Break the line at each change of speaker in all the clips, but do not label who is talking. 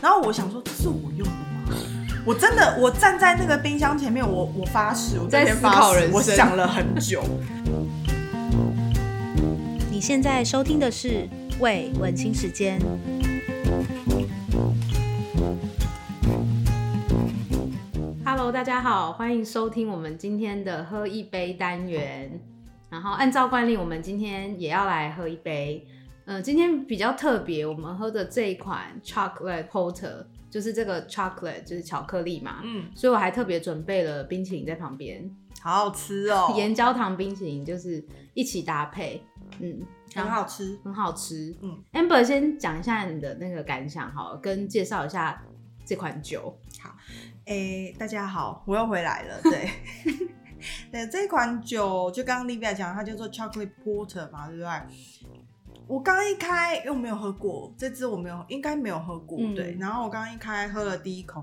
然后我想说，这是我用的吗？我真的，我站在那个冰箱前面，我我发誓，我
在
那天
思
发
考
誓
人
我
生
想了很 久。
你现在收听的是《喂文青时间》。
Hello，大家好，欢迎收听我们今天的喝一杯单元。然后按照惯例，我们今天也要来喝一杯。呃，今天比较特别，我们喝的这一款 Chocolate Porter，就是这个 chocolate 就是巧克力嘛，
嗯，
所以我还特别准备了冰淇淋在旁边，
好好吃 哦，
岩焦糖冰淇淋就是一起搭配，嗯，
很好吃。
很好吃。
嗯
，Amber 先讲一下你的那个感想好了，跟介绍一下这款酒。
哎、大家好，我又回来了。对， 对，这款酒就刚刚 Livia 讲，它叫做 Chocolate Porter 嘛，对不对？我刚一开，因为我没有喝过这支，我没有，应该没有喝过。
嗯
对，然后我刚一开喝了第一口，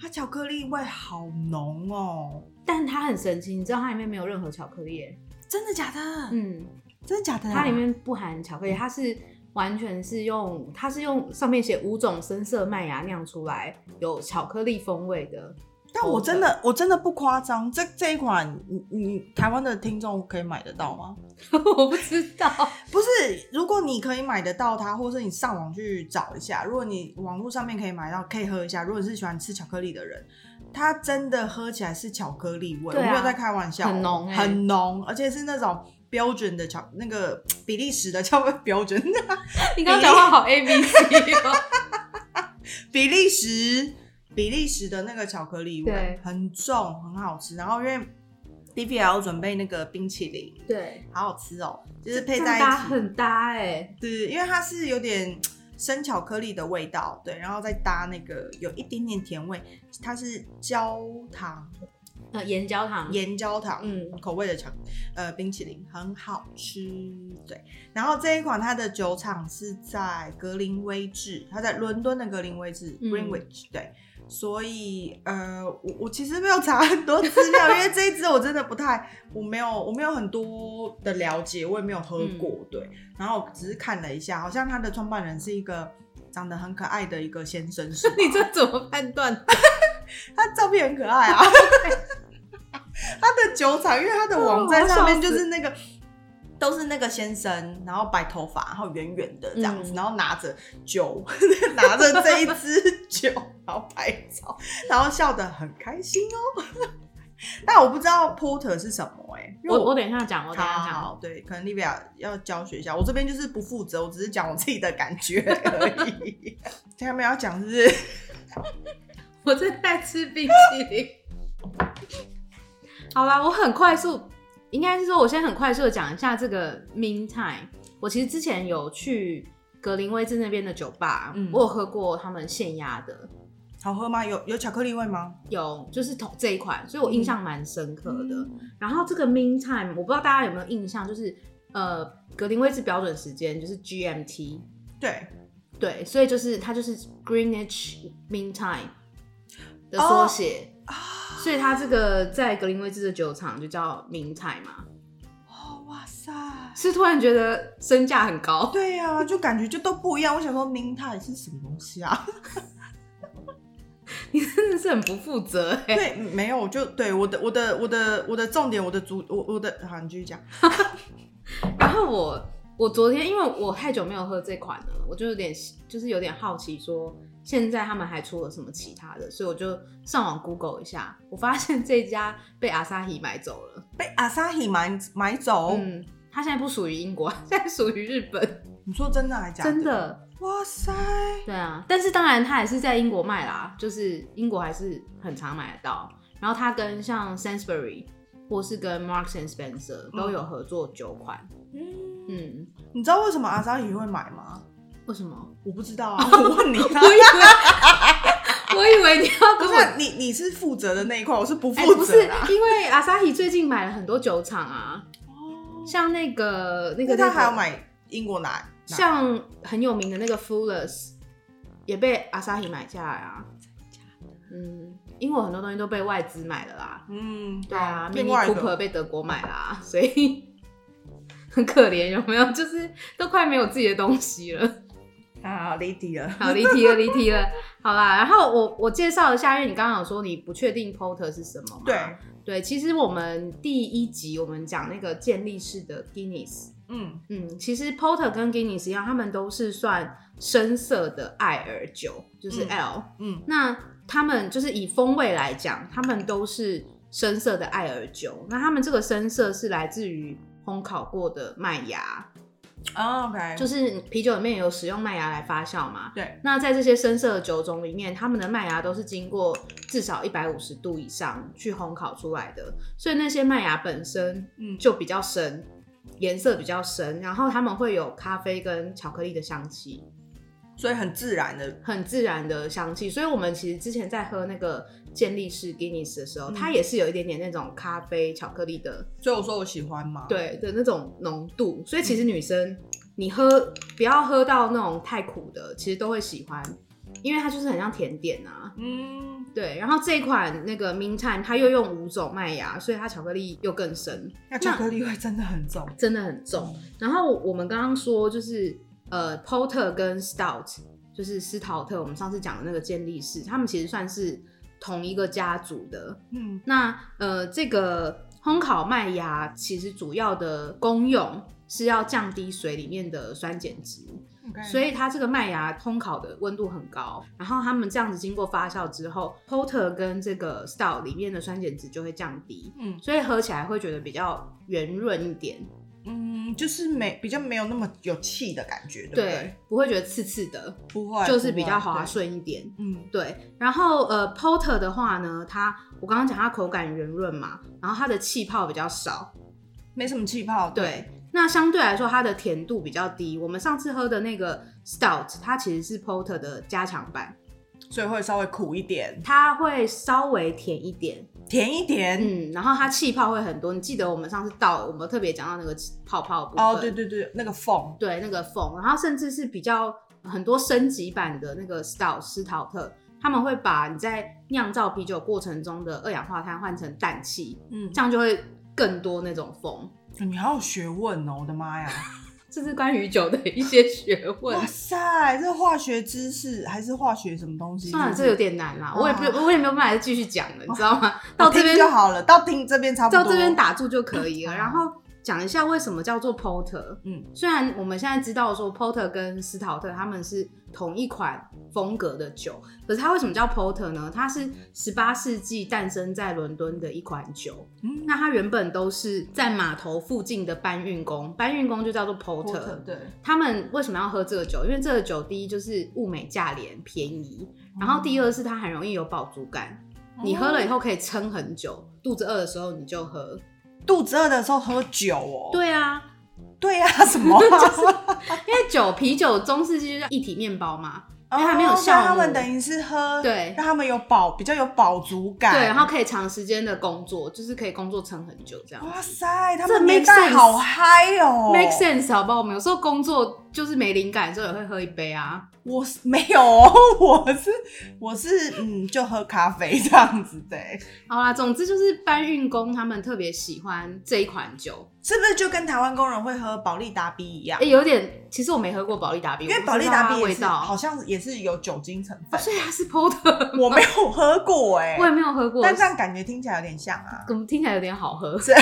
它巧克力味好浓哦，
但它很神奇，你知道它里面没有任何巧克力耶，
真的假的？
嗯，
真的假的啊、
它里面不含巧克力，它是完全是用，它是用上面写五种深色麦芽酿出来，有巧克力风味的。
但我真的，我真的不夸张，这这一款，你你台湾的听众可以买得到吗？
我不知道，
不是，如果你可以买得到它，或是你上网去找一下，如果你网络上面可以买到，可以喝一下。如果你是喜欢吃巧克力的人，它真的喝起来是巧克力味，
对啊
我没有在开玩笑，哦
很浓欸
很浓，而且是那种标准的巧，那个比利时的 巧克力标准，
你刚刚讲话好 A B C 哦。
比利时比利时的那个巧克力味
对
很重，很好吃。然后因为 D P L 准备那个冰淇淋。
对，
好好吃哦，就是配在
这样搭
一起，
很搭哎，
对，因为它是有点生巧克力的味道，对，然后再搭那个有一点点甜味，它是焦糖
呃，岩焦糖，
盐焦糖，
嗯
口味的巧呃冰淇淋很好吃，对。然后这一款它的酒厂是在格林威治，它在伦敦的格林威治、
嗯
Greenwich，对。所以呃，我我其实没有查很多资料，因为这一支我真的不太，我没有我没有很多的了解，我也没有喝过，
嗯
对。然后我只是看了一下，好像它的创办人是一个。长得很可爱的一个先生是吗
你这怎么判断？
他照片很可爱 啊。他的酒厂，因为他的网站上面就是那个。
哦
都是那个先生，然后白头发，然后圆圆的这样子，
嗯
然后拿着酒， 拿着这一支酒，然后拍照，然后笑得很开心哦。 但我不知道 porter 是什么哎、欸，因为
我我等一下讲，我等一下讲。
好对，可能 l i v i 要教学一下，我这边就是不负责，我只是讲我自己的感觉而已。 下面要讲是不是
我正在吃冰淇淋。好啦，我很快速，应该是说，我先很快速的讲一下这个 Mean Time。我其实之前有去格林威治那边的酒吧，
嗯
我有喝过他们现压的，
好喝吗？有有巧克力味吗？
有就是同这一款，所以我印象蛮深刻的。
嗯
然后这个 Mean Time，我不知道大家有没有印象，就是呃格林威治标准时间就是 GMT，
对，
对，所以就是它就是 Greenwich Mean Time 的
哦
缩写、
啊
所以它这个在格林威治的酒厂就叫 Mean Time 嘛，
哦，哇塞！
是突然觉得身价很高，
对呀、就感觉就都不一样。我想说，明太是什么东西 啊？
你真的是很不负责哎、
对，没有，就对我的我的我的我的重点，我的主我我的，啊好，你继续讲。
然后我我昨天因为我太久没有喝这款了，我就有点就是有点好奇说。现在他们还出了什么其他的，所以我就上网 Google 一下，我发现这家被阿萨希买走了。
被阿萨希买买走、
嗯，它现在不属于英国， 现在属于日本，
你说真的还假
真
的？
的。
哇塞！
对啊，但是当然它也是在英国卖啦，就是英国还是很常买得到。然后它跟像 Sainsbury 或是跟 Marks and Spencer 都有合作九款。
嗯，
嗯，
你知道为什么阿萨希会买吗？
为什么？
我不知道 啊，我问你啊。
我以为我以为你要
不
跟
是
我
啊你，你是负责的那一块，我是不
哎、
负
不是
责的、啊。
因为阿萨 i 最近买了很多酒厂啊，
哦
像那个那
那
个
他还要
那个
买英国奶，奶
像很有名的那个 Fullers 也被阿萨 i 买下来啊。嗯，英国很多东西都被外资买了啦。
嗯，
对啊
好另
，Mini
外一个
Cooper 被德国买啦， 所以很可怜，有没有？ 就是都快没有自己的东西了。
啊，离题了。
好，离题了，离题了。好啦，然后我我介绍一下，因为你刚刚有说你不确定 porter 是什么嘛？
对，
对，其实我们第一集我们讲那个建立式的 Guinness，
嗯，
嗯，其实 porter 跟 Guinness 一样，他们都是算深色的艾尔酒，就是
嗯
L。
嗯，
那他们就是以风味来讲，他们都是深色的艾尔酒。那他们这个深色是来自于烘烤过的麦芽，
哦，OK，
就是啤酒里面有使用麦芽来发酵嘛。
对，
那在这些深色的酒种里面，他们的麦芽都是经过至少一百五十度以上去烘烤出来的，所以那些麦芽本身
嗯，
就比较深，颜色比较深，然后他们会有咖啡跟巧克力的香气。
所以很自然的，
很自然的香气，所以我们其实之前在喝那个健力士 Guinness 的时候，
嗯
它也是有一点点那种咖啡巧克力的
所以我说我喜欢嘛，，
对的那种浓度，所以其实女生你喝不要喝到那种太苦的，其实都会喜欢，因为它就是很像甜点啊。
嗯，
对，然后这一款那个 Min Time 它又用五种麦芽，所以它巧克力又更深，
那巧克力味真的很重，
真的很重。然后我们刚刚说就是呃，porter 跟 stout，就是斯陶特，我们上次讲的那个健力士，他们其实算是同一个家族的。
嗯，
那呃，这个烘烤麦芽其实主要的功用是要降低水里面的酸碱值，嗯所
以
以它这个麦芽烘烤的温度很高。然后他们这样子经过发酵之后，porter 跟这个 stout 里面的酸碱值就会降低，
嗯
所以喝起来会觉得比较圆润一点。
嗯，就是没比较没有那么有气的感觉，对不对？
不会觉得刺刺的，
不会，
就是
不会
比较滑，
对
顺一点。
嗯
对，然后呃，porter 的话呢，它我刚刚讲它口感圆润嘛，然后它的气泡比较少，
没什么气泡，
对，那相对来说它的甜度比较低。我们上次喝的那个 stout，它其实是 porter 的加强版，
所以会稍微苦一点，
它会稍微甜一点，
甜一点。
嗯，然后它气泡会很多。你记得我们上次倒，我们特别讲到那个泡泡的部分，
哦，对对对，那个缝，
对那个缝，然后甚至是比较很多升级版的那个 stout 斯陶特，他们会把你在酿造啤酒过程中的二氧化碳换成氮气，
嗯
这，样就会更多那种风。
你好有学问哦，我的妈呀！
这是关于酒的一些学 问
哇。塞，这化学知识还是化学什么东西？
算了，这有点难啦，我也不，我也没有办法再继续讲了，你知道吗？
到
到
这
这
边
边
就好了，到哦听这边差不多。
到这边，打住就可以了。
嗯
然后讲一下为什么叫做 porter。
嗯，
虽然我们现在知道说 porter 跟斯陶特他们是同一款风格的酒，可是它为什么叫 porter 呢？它是十八世纪诞生在伦敦的一款酒。
嗯
那它原本都是在码头附近的搬运工，搬运工就叫做 porter。
对，
他们为什么要喝这个酒？因为这个酒第一就是物美价廉、便宜，
嗯
然后第二是它很容易有饱足感，你喝了以后可以撑很久，肚子饿的时候你就喝。
肚子饿的时候喝酒哦。
对啊，
对呀、 啊，什么、啊？
因为酒、啤酒、中世纪就叫一体面包 嘛，因为它
他
没有酵母
他们等于是喝，
对
让他们有饱，比较有饱足感。
对，然后可以长时间的工作，就是可以工作撑很久这样。
哇塞，他
这
们
make
年代
sense
好嗨哦
Make sense 好不好？我们有时候工作就是没灵感的时候也会喝一杯啊。
我是没有哦， 我是我是嗯，就喝咖啡这样子的、
好啦，总之就是搬运工他们特别喜欢这一款酒，
是不是就跟台湾工人会喝保利达 B 一样？
诶，有点其实我没喝过保利达 B，
因为
我不
保利
知道
达
它
B
的味
也是好
道，
像也是有酒精成
哦
分，
所以它是 porter，
我没有喝过哎、
我也没有喝过，
但这样感觉听起来有点像啊。
怎么听起来有点好 喝？
是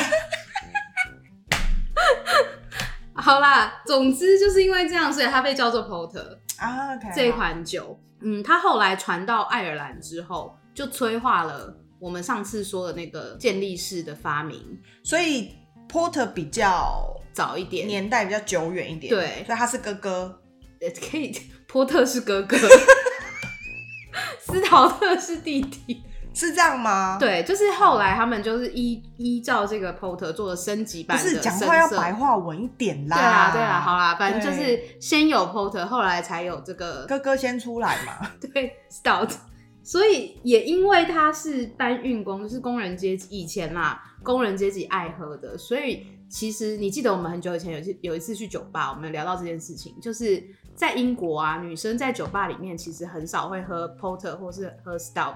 好啦，总之就是因为这样，所以它被叫做 porter。
啊，OK，
这一款酒，嗯，它后来传到爱尔兰之后，就催化了我们上次说的那个健力士的发明，
所以 Porter 比较
早一点。
年代比较久远一点，
对
所以他是哥哥，
呃可以，波特是哥 哥，斯陶特是弟弟。
是这样吗？，
对，就是后来他们就是依依照这个 porter 做了升级
不
版的
是
深
讲话要
色
白话文一点啦。
对啊，对啊，好啦，反正就
对
是先有 porter，后来才有这个
哥哥先出来嘛。
对 stout，所以也因为它是搬运工，就是工人阶级以前啦，工人阶级爱喝的，所以其实你记得我们很久以前有一次有一次去酒吧，我们有聊到这件事情，就是在英国啊，女生在酒吧里面其实很少会喝 porter 或是喝 stout，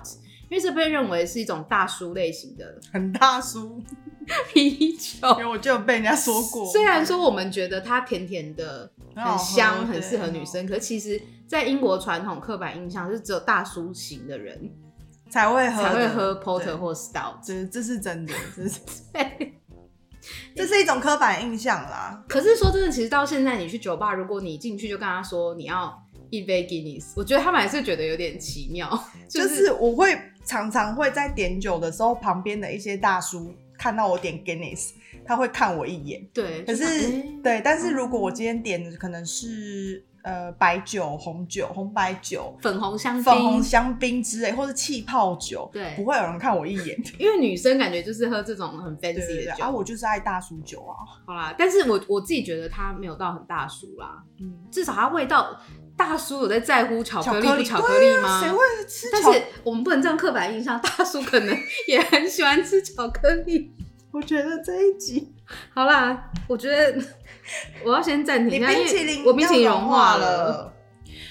因为这被认为是一种大叔类型的
很大叔，
啤酒。
因为我就有被人家 说过。
虽然说我们觉得它甜甜的、
好
很
喝
香、
对
很适合女生，可是其实，在英国传统刻板印象是只有大叔型的人
才会喝的，
才会喝 porter
对
或 stout。
这这是真的，这 是
对
这是一种刻板印象啦。
可是说真的，其实到现在你去酒吧，如果你进去就跟他说你要一杯 Guinness，我觉得他们还是觉得有点奇妙，
就、
就是
我会常常会在点酒的时候，旁边的一些大叔看到我点 Guinness，他会看我一眼。
对，
可、
就是哎嗯诶
对，但是如果我今天点的可能是呃白酒、红酒、红白酒、
粉红香
粉红
槟，
香槟之类，或是气泡酒，
对
不会有人看我一 眼。
因为女生感觉就是喝这种很
对对
fancy
对
的酒。
啊，我就是爱大叔酒啊。
好啦，但是我我自己觉得它没有到很大叔啦，
嗯，
至少它味道大叔有在在乎巧克力不巧克
对
力
啊
吗？
谁、会吃
但
巧？
是我们不能这样刻板印象，大叔可能 也很喜欢吃巧克力。
我觉得这一集
好啦，我觉 得我要先暂
你
停一下，
冰淇
因
淋
为我冰淇淋
要
融
化
了。
了。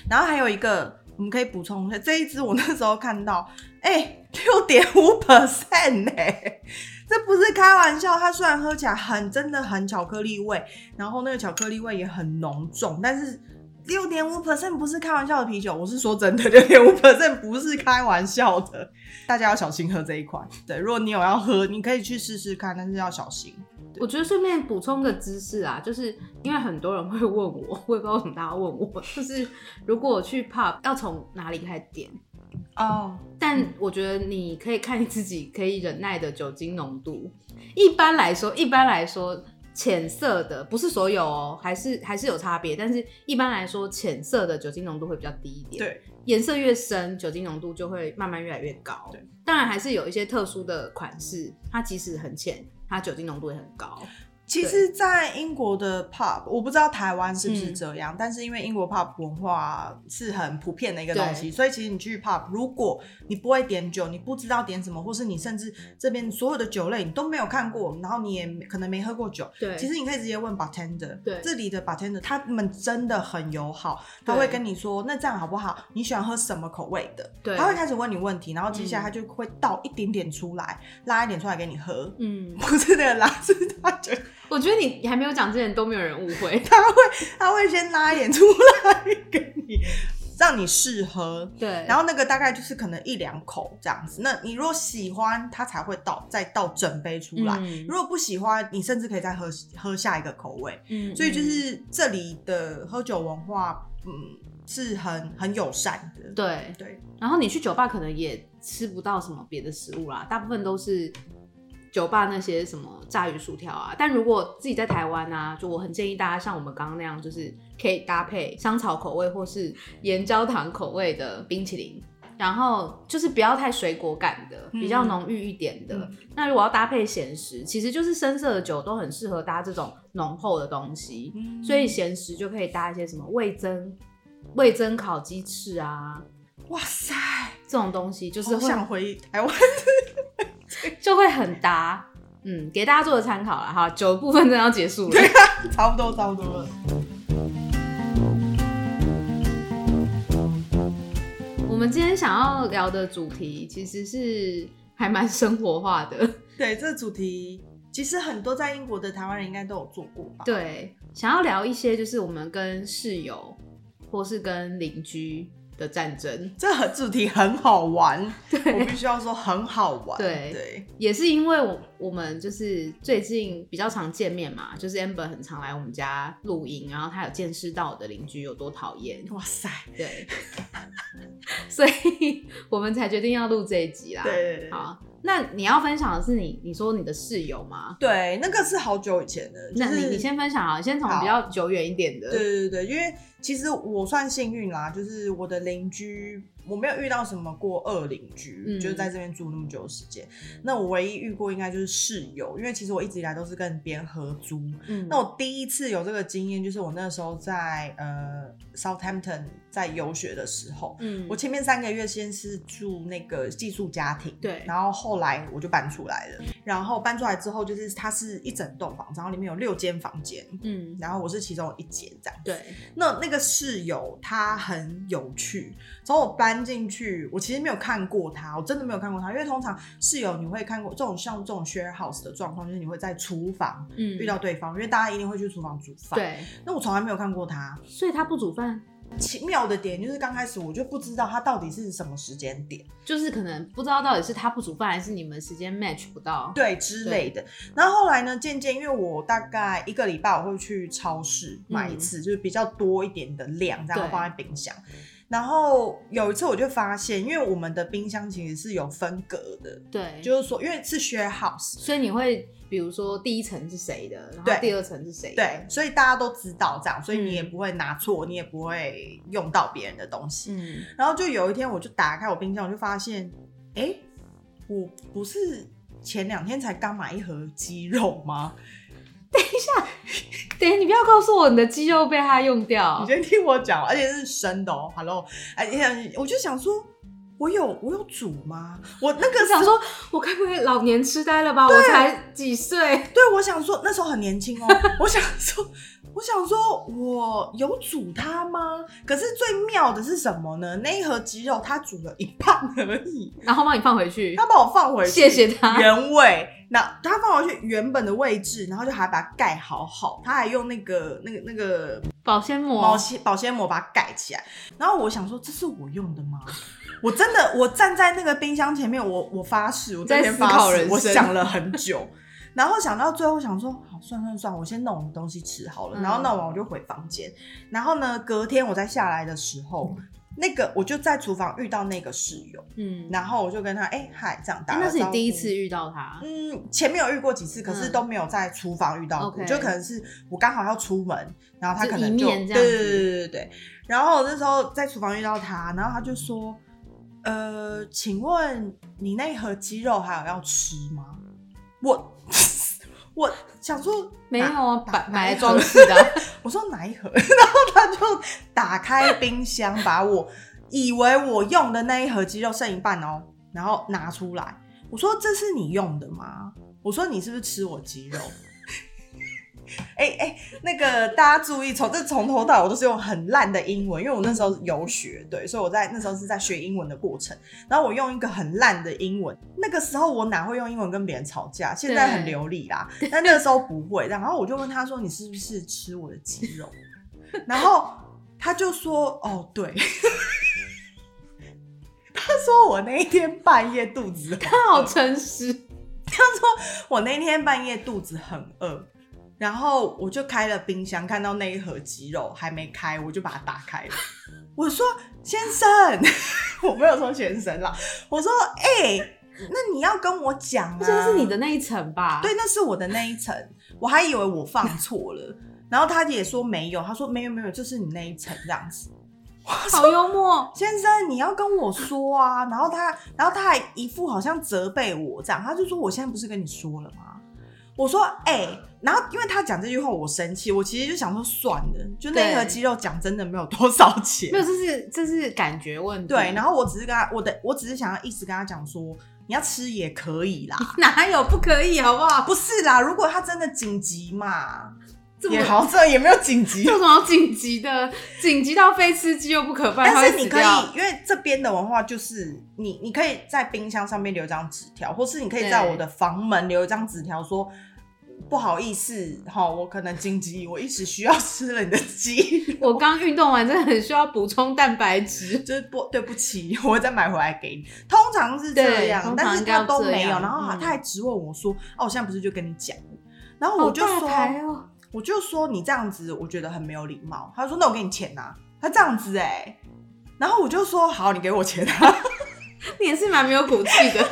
然后还有一个，我们可以补充一下，这一支我那时候看到，哎、6六点五 percent 哎，这不是开玩笑。它虽然喝起来很真的很巧克力味，然后那个巧克力味也很浓重，但是。六点五 percent 不是开玩笑的啤酒，我是说真的，六点五 percent 不是开玩笑的，大家要小心喝这一款。对，如果你有要喝，你可以去试试看，但是要小心。
我觉得顺便补充个知识啊，就是因为很多人会问我， 我也不知道为什么大家问我，就是如果我去 pub 要从哪里开始点？
哦，
但我觉得你可以看你自己可以忍耐的酒精浓度。一般来说，一般来说，浅色的不是所有哦，还是还是有差别。但是一般来说，浅色的酒精浓度会比较低一点。
对，
颜色越深，酒精浓度就会慢慢越来越高。
对，
当然还是有一些特殊的款式，它即使很浅，它酒精浓度也很高。
其实，在英国的 pub，我不知道台湾是不
嗯
是这样，但是因为英国 pub 文化是很普遍的一个东西，所以其实你去 pub，如果你不会点酒，你不知道点什么，或是你甚至这边所有的酒类你都没有看过，然后你也可能没喝过酒，
对，
其实你可以直接问 bartender，
对
这里的 bartender 他们真的很友好，他
对
会跟你说，那这样好不好？你喜欢喝什么口味的？
对
他会开始问你问题，然后接下来
嗯
他就会倒一点点出来，拉一点出来给你喝，
嗯，
不是那个拉，是他觉得。
我觉得你你还没有讲之前都没有人误会。
他会先拉一点出来给你，让你试喝。
对，
然后那个大概就是可能一两口这样子，那你如果喜欢，它才会倒再倒整杯出来。
嗯
如果不喜欢，你甚至可以再喝喝下一个口味。
嗯
所以就是这里的喝酒文化，嗯，是很很友善的。
嗯对。
对
然后你去酒吧可能也吃不到什么别的食物啦，大部分都是酒吧那些什么炸鱼薯条啊。但如果自己在台湾啊，就我很建议大家像我们刚刚那样，就是可以搭配香草口味或是盐焦糖口味的冰淇淋。然后就是不要太水果感的，比较浓郁一点的。
嗯
那如果要搭配咸食，其实就是深色的酒都很适合搭这种浓厚的东西。
嗯
所以咸食就可以搭一些什么味增、味增烤鸡翅啊，
哇塞，
这种东西，就是
好
会
想回台湾。
就会很搭。嗯，给大家做个参考了哈。酒的部分真的要结束了。
差不多，差不多了。
我们今天想要聊的主题其实是还蛮生活化的，
对，这主题其实很多在英国的台湾人应该都有做过吧？
对，想要聊一些就是我们跟室友或是跟邻居的战争，
这个主题很好玩，
对
我必须要说很好玩。
对
对
也是因为我我们就是最近比较常见面嘛，就是 Amber 很常来我们家露营，然后他有见识到我的邻居有多讨厌，
哇塞，
对， 所以我们才决定要录这一集啦。
对对对
好，那你要分享的是你，你说你的室友吗？
对，那个是好久以前的。
那
就
你
是
你先分享啊，先从
好
比较久远一点的。
对对对，因为其实我算幸运啦，就是我的邻居，我没有遇到什么过恶邻居，
嗯
就是在这边住那么久的时间。那我唯一遇过应该就是室友，因为其实我一直以来都是跟别人合租。
嗯，
那我第一次有这个经验，就是我那时候在呃 Southampton 在游学的时候，
嗯
我前面三个月先是住那个寄宿家庭，
对
然后后来我就搬出来了。然后搬出来之后，就是它是一整栋房子，然后里面有六间房间，
嗯
然后我是其中一间这样。
对
那那个室友他很有趣，从我搬进去，我其实没有看过他，我真的没有看过他，因为通常室友你会看过这种像这种 share house 的状况，就是你会在厨房
嗯
遇到对方，因为大家一定会去厨房煮饭。，
对，
那我从来没有看过他。
所以他不煮饭，
奇妙的点就是刚开始我就不知道他到底是什么时间点。
就是可能不知道到底是他不煮饭，还是你们时间 match 不到。
对之类的。然后后来呢，渐渐因为我大概一个礼拜我会去超市买一次，就是比较多一点的量，这样
嗯对
放在冰箱。然后有一次我就发现，因为我们的冰箱其实是有分隔的，
对，就
就是说因为是 share house，
所以你会比如说第一层是谁的，然
对
后第二层是谁的，
对，所以大家都知道这样，所以你也
嗯
不会拿错，你也不会用到别人的东西。
嗯，
然后就有一天，我就打开我冰箱，我就发现，哎、我不是前两天才刚买一盒鸡肉吗？
等一下你不要告诉我你的肌肉被他用掉
你，先听我讲，而且是生的哦。Hello，哎呀，我就想说，我有我有煮吗？我那个
我想
时候，
说，我该不会老年痴呆了吧？我才几岁，
对我想说那时候很年 轻哦，我想说，我想说我有煮它吗？可是最妙的是什么呢？那一盒鸡肉它煮了一半而已，
然后帮你放回去
他，把我放回去，
谢谢他
原位。那他放回去原本的位置，然后就还把它盖好好，他还用那个那个那个
保鲜膜
保，鲜保鲜膜把它盖起来。然后我想说，这是我用的吗？我真的，我站在那个冰箱前面，我我发誓，我
在
那天
思
发
考
誓
人
我
生
想了很久，然后想到最后想说，好算算算，我先弄我东西吃好了。
嗯
然后弄完我就回房间，然后呢，隔天我再下来的时候，那个我就在厨房遇到那个室友，
嗯，
然后我就跟他哎、嗨这样打
哎
了
那是
招
你
呼
第一次遇到他，
嗯，前面有遇过几次，可是
嗯
都没有在厨房遇到过，
OK
就可能是我刚好要出门，然后他
就
可能
一
就
面
对
这
对
样
对
子
对对对。然后我那时候在厨房遇到他，然后他就说：“呃，请问你那盒鸡肉还有要吃吗？”我 我想说
没有
哪
啊，
打
摆
打
摆
一
来
盒
装饰的啊，
我说哪一盒？ 然后他就打开冰箱，把我以为我用的那一盒鸡肉剩一半哦，然后拿出来。我说这是你用的吗？我说你是不是吃我鸡肉？ 哎哎、那个大家注意，从这从头到尾我都是用很烂的英文，因为我那时候游学，对，所以我在那时候是在学英文的过程。然后我用一个很烂的英文，那个时候我哪会用英文跟别人吵架？现在很
对
流利啦，但那个时候不会。然后我就问他说：“你是不是吃我的鸡肉？” 然后他就说：“哦，对。” 他说我那一天半夜肚子很
他好
饿
诚实，
嗯我那天半夜肚子很饿，然后我就开了冰箱，看到那一盒鸡肉还没开，我就把它打开了。我说：“先生， 我没有说先生啦，我说：哎、那你要跟我讲啊，
这是你的那一层吧？
对，，那是我的那一层，我还以为我放错了。”然后他也说没有，他说没有没有，就是你那一层这样子。
好幽默，
先生，你要跟我说啊。然后他，然后他还一副好像责备我这样，他就说：“我现在不是跟你说了吗？”我说：“哎、然后因为他讲这句话，我生气，我其实就想说算了，就那
对
盒鸡肉讲真的没有多少钱
没，有，这是这是感觉问题，
对。然后我只是跟他，我的我只是想要一直跟他讲说，你要吃也可以啦，
哪有不可以，好不好？
不是啦，如果他真的紧急嘛，
这
也
么
好，这也没有紧急
这，有什么紧急的？紧急到非吃鸡又不可办，
但
它
是
会
你
死
可以
掉，
因为这边的文化就是你，你可以在冰箱上面留张纸条，或是你可以
对
在我的房门留一张纸条说。不好意思，哈，我可能紧急，我一时需要吃了你的鸡，
我刚运动完，真的很需要补充蛋白质。
就是不对不起，我再买回来给你。通常是这
对
样，
通常
但是
应该要
他都
这
没有，
样
然后他
嗯
他还质问我说：“哦、我现在不是就跟你讲了？”然后我就
好
说：“
大牌哦，
我就说你这样子，我觉得很没有礼貌。他说：“那我给你钱呐、他这样子哎、然后我就说：“好，你给我钱啊。”
你也是蛮没有骨气的。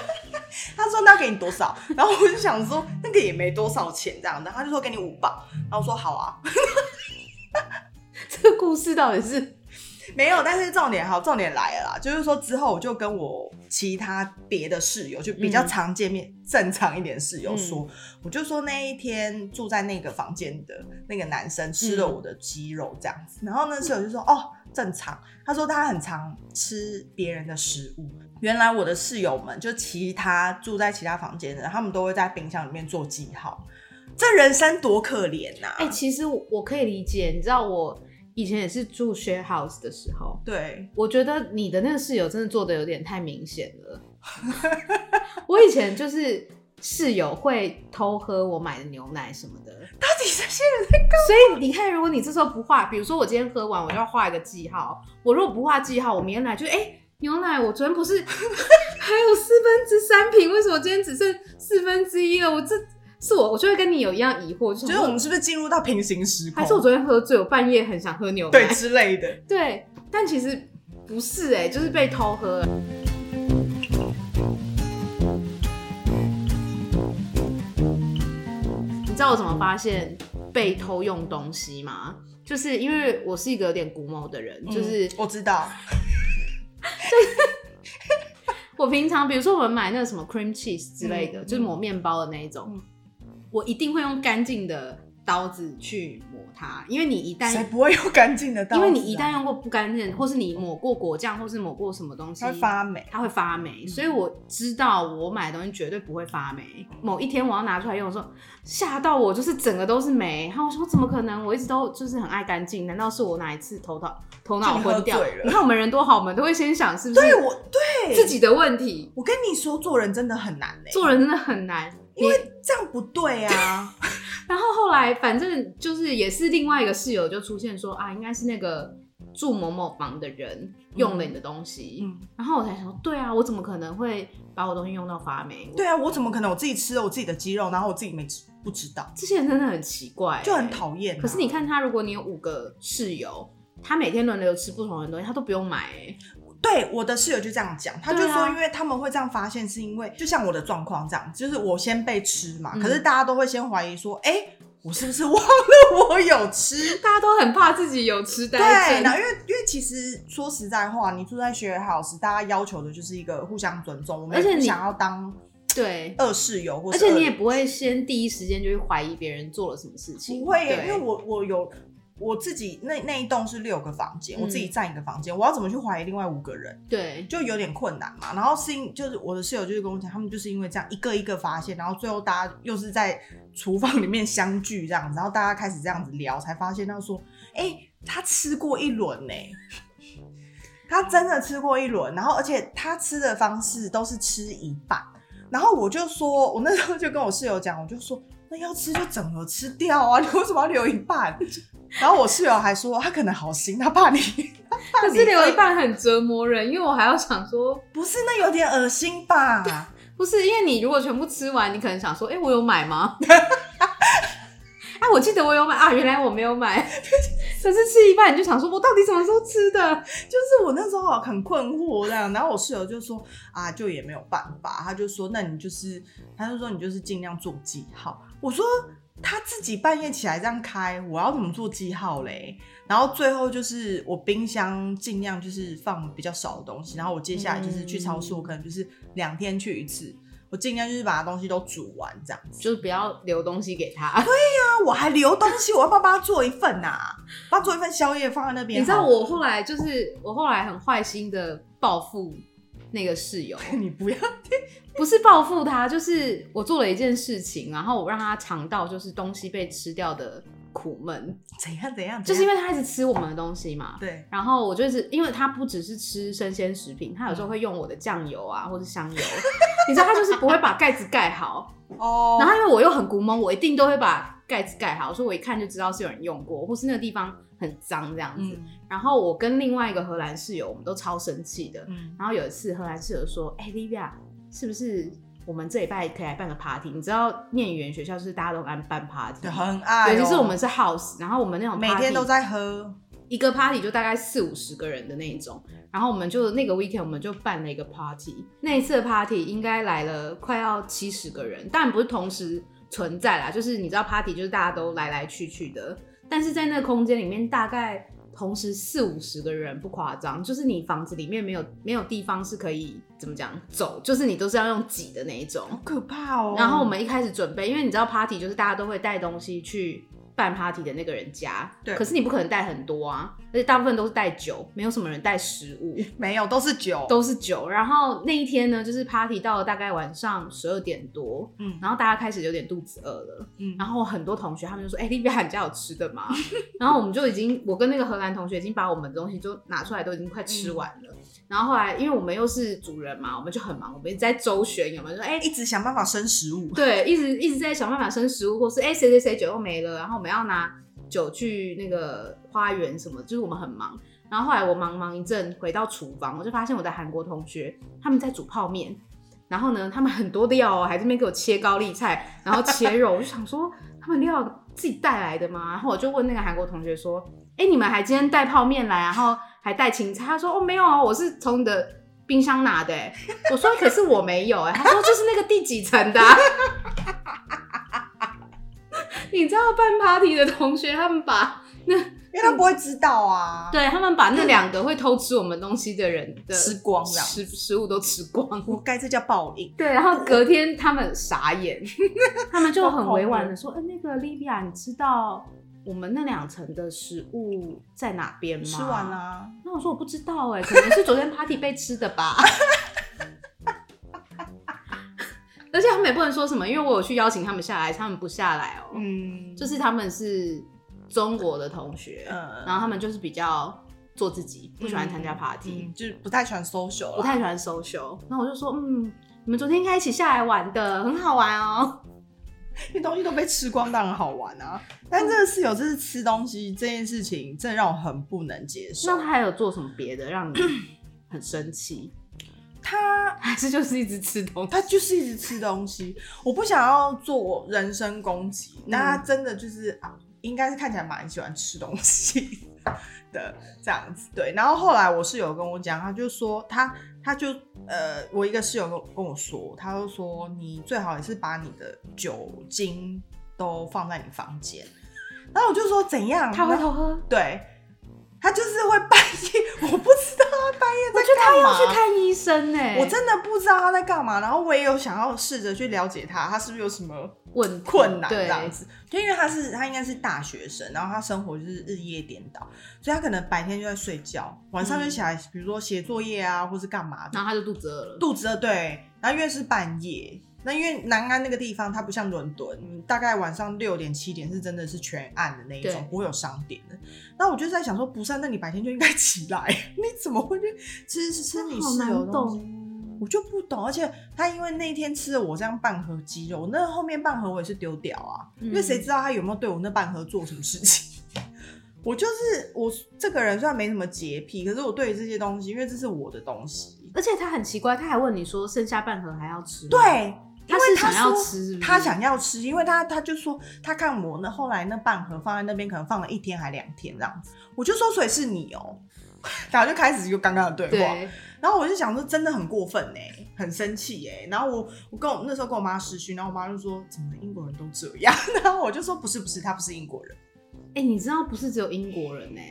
他说：“那给你多少？”然后我就想说，那个也没多少钱这样的。他就说：“给你五磅。”然后我说：“好啊，
这个故事到底 是
没有。”但是重点好，重点来了啦，就是说之后我就跟我其他别的室友，就比较常见面、正常一点的室友说，我就说那一天住在那个房间的那个男生吃了我的鸡肉这样子。然后呢，室友就说：“哦，正常。”他说他很常吃别人的食物。原来我的室友们，就其他住在其他房间的，他们都会在冰箱里面做记号。这人生多可怜呐、啊
哎哎、其实我我可以理解，你知道我以前也是住 share house 的时候，
对，
我觉得你的那个室友真的做的有点太明显 了。我以前就是室友会偷喝我买的牛奶什么的，
到底这些人在
所以你看，如果你这时候不画，比如说我今天喝完，我就要画一个记号。我如果不画记号，我明天来就哎、诶牛奶我昨天不是 还有四分之三瓶，为什么今天只剩四分之一了？我这是我，我就会跟你有一样疑惑，就想
就是我
说
们是不是进入到平行时空？
还是我昨天喝醉，我半夜很想喝牛奶
哦对，之类的？
对，但其实不是哎、就是被偷喝了。你知道我怎么发现被偷用东西吗？就是因为我是一个有点古某的人，就是
嗯我知道，
我平常比如说我们买那个什么 cream cheese 之类的，
嗯
就是抹面包的那一种，
嗯
我一定会用干净的刀子去抹它，因为你一
谁
旦
不会有干净的刀
因
子啊？
为你一旦用过不干净，或是你抹过果酱，或是抹过什么东西，
它会发霉，嗯
它会发霉，所以我知道我买的东西绝对不会发霉。某一天我要拿出来用的时候，吓到我，就是整个都是霉。然后我说怎么可能？我一直都就是很爱干净，难道是我哪一次头脑头脑
就你喝
昏掉
醉了？
你看我们人多好，我们都会先想是不
对
是
我对
自己的问题。
我跟你说，做人真的很难呢、欸
做人真的很难，
因为这样不对 啊。
然后后来反正就是也是另外一个室友就出现说啊，应该是那个住某某房的人用了你的东西，
嗯，
然后我才想说，对啊，我怎么可能会把我东西用到发霉？
对啊，我怎么可能我自己吃了我自己的鸡肉，然后我自己没吃不知道，
这些人真的很奇怪、欸
就很讨厌啊、
可是你看他，如果你有五个室友，他每天轮流吃不同的东西，他都不用买、欸。
对我的室友就这样讲，他就
对啊
说，因为他们会这样发现，是因为就像我的状况这样，就是我先被吃嘛，
嗯
可是大家都会先怀疑说，哎、我是不是忘了我有吃？
大家都很怕自己有痴
对，
呆
然后
症。
因为因为其实说实在话，你住在学 house，大家要求的就是一个互相尊重，我们
而且
也不
你
想要当
对，
二室友或
而
是
且
二
你也不会先第一时间就去怀疑别人做了什么事情。
不会耶，
对
因为我我有我自己那那一栋是六个房间，
嗯
我自己占一个房间，我要怎么去怀疑另外五个人，
对
就有点困难嘛。然后是因就是我的室友就是跟我讲，他们就是因为这样一个一个发现，然后最后大家又是在厨房里面相聚这样子，然后大家开始这样子聊，才发现到说，哎、他吃过一轮呢、他真的吃过一轮，然后而且他吃的方式都是吃一半，然后我就说，我那时候就跟我室友讲，我就说那要吃就整盒吃掉啊，你为什么要留一半？然后我室友还说他可能好心，他怕你，他怕
可
你
是留一半很折磨人，因为我还要想说，
不是那有点恶心吧？
不是因为你如果全部吃完，你可能想说，哎、我有买吗？ 哎、我记得我有买啊，原来我没有买。 可是吃一半你就想说，我到底什么时候吃的？
就是我那时候很困惑这样，然后我室友就说啊，就也没有办法，他就说那你就是，他就说你就是尽量做记号。我说他自己半夜起来这样开，我要怎么做记号嘞？然后最后就是我冰箱尽量就是放比较少的东西，然后我接下来就是去超市，
嗯
我可能就是两天去一次。我尽量就是把东西都煮完这样子，
就是不要留东西给他。
那我还留东西，我要不要帮他做一份呐、啊？帮他做一份宵夜放在那边。
你知道我后来就是我后来很坏心的报复那个室友，
好，你不要
不是报复他，就是我做了一件事情，然后我让他尝到就是东西被吃掉的苦闷，
怎样怎样，
就是因
为
为他一直吃我们的东西嘛。
对，
然后我就是因为他不只是吃生鲜食品，他有时
嗯
候会用我的酱油啊或是香油， 你知道他就是不会把盖子盖好。
哦
然后因为我又很古蒙，我一定都会把盖子盖好，所以我一看就知道是有人用过，或是那个地方很脏这样子。
嗯
然后我跟另外一个荷兰室友，我们都超生气的。
嗯，
然后有一次，荷兰室友说：“哎、l i v i a 是不是我们这礼拜可以来办个 party？你知道念语言学校就是大家都很爱办 party，
对，很爱、哦，
尤其是我们是 house，然后我们那种 party,
每天都在喝，
一个 party 就大概四五十个人的那一种。然后我们就那个 weekend 我们就办了一个 party，那一次的 party 应该来了快要七十个人，但不是同时存在啦，就是你知道 party 就是大家都来来去去的，但是在那个空间里面大概同时四五十个人不夸张，就是你房子里面没有没有地方是可以怎么讲走，就是你都是要用挤的那一种
好。可怕哦。
然后我们一开始准备，因为你知道 party 就是大家都会带东西去办 party 的那个人家，
对
可是你不可能带很多啊，而且大部分都是带酒，没有什么人带食物，
没有，都是酒，
都是酒。然后那一天呢，就是 party 到了大概晚上十二点多，
嗯
然后大家开始有点肚子饿了，
嗯
然后很多同学他们就说：“哎、欸，丽比亚，你家有吃的吗？” 然后我们就已经，我跟那个荷兰同学已经把我们的东西就拿出来，都已经快吃
嗯
完了。然后后来，因为我们又是主人嘛，我们就很忙，我们一直在周旋，有没有说：“哎、
一直想办法生食 物，
对，一直一直在想办法生食物，或是哎谁谁谁酒又没了，然后我们要拿酒去那个花园什么，就是我们很忙。然后后来我忙忙一阵回到厨房，我就发现我的韩国同学他们在煮泡面，然后呢，他们很多料哦，还这边给我切高丽菜，然后切肉，我就想说他们料自己带来的吗？然后我就问那个韩国同学说，哎、你们还今天带泡面来，然后还带芹菜？他说哦没有啊，我是从你的冰箱拿的、欸。我说可是我没有哎、他说就是那个第几层的啊、你知道办 party 的同学，他们把
因为他不会知道啊，
对他们把那两个会偷吃我们东西的人的
吃光这样
食食物都吃光。
活该，这叫报应。
对，然后隔天他们傻眼， 他们就很委婉的 说：“呃，那个 l i v i a 你知道我们那两层的食物在哪边吗？”
吃完。啦、
那我说我不知道哎、可能是昨天 party 被吃的 吧。而且他们也不能说什么，因为我有去邀请他们下来，他们不下来哦、
嗯，
就是他们是中国的同学，
呃
然后他们就是比较做自己，不喜欢参加 party，、
嗯就是不太喜欢 social
不
啦。
太喜欢 social。然后我就说，嗯，你们昨天应该一起下来玩的，很好玩哦。
因为东西都被吃光，当然好玩啊。但这个室友就是吃东西这件事情，真的让我很不能接受
那。他还有做什么别的让你很生气？
他
还是就是一直吃东西？
他就是一直吃东西，我不想要做我人身攻击。那他
嗯
真的就是、啊，应该是看起来蛮喜欢吃东西的这样子。对，然后后来我室友跟我讲，他就说他他就呃，我一个室友跟跟我说，他就说你最好也是把你的酒精都放在你房间。然后我就说怎样？
他会
然后
偷喝？
对。他就是会半夜，我不知道他半夜在干嘛。
我觉得他要去看医生欸呢、
我真的不知道他在干嘛，然后我也有想要试着去了解他，他是不是有什么
问题
困难这
对，
样子？就因为他是他应该是大学生，然后他生活就是日夜颠倒，所以他可能白天就在睡觉，晚上就起来，比如说写作业啊，或是干嘛的，
然后他就肚子饿了。
肚子饿对，然后因为是半夜。那因为南安那个地方，它不像伦敦，嗯大概晚上六点七点是真的是全暗的那一种
对，
不会有商店的。那我就在想说，不是啊，那你白天就应该起来， 你怎么会去吃吃吃你
好
室
难
友的东西？
懂
我就不懂，而且他因为那一天吃了我这样半盒鸡肉，那后面半盒我也是丢掉啊，
嗯
因为谁知道他有没有对我那半盒做什么事情？ 我就是我这个人虽然没什么洁癖，可是我对于这些东西，因为这是我的东西，
而且他很奇怪，他还问你说剩下半盒还要吃吗？
对，因
他
为
是
他
想要
说
吃是不是
他想要吃，因为他他就说他看我那后来那半盒放在那边，可能放了一天还两天这样子，我就说所以是你哦、 然后就开始就刚刚的对话，
对，
然后我就想说，真的很过分哎、很生气哎、然后我我跟我那时候跟我妈失讯，然后我妈就说，怎么英国人都这样？ 然后我就说，不是不是，他不是英国人，
哎、你知道不是只有英国人呢、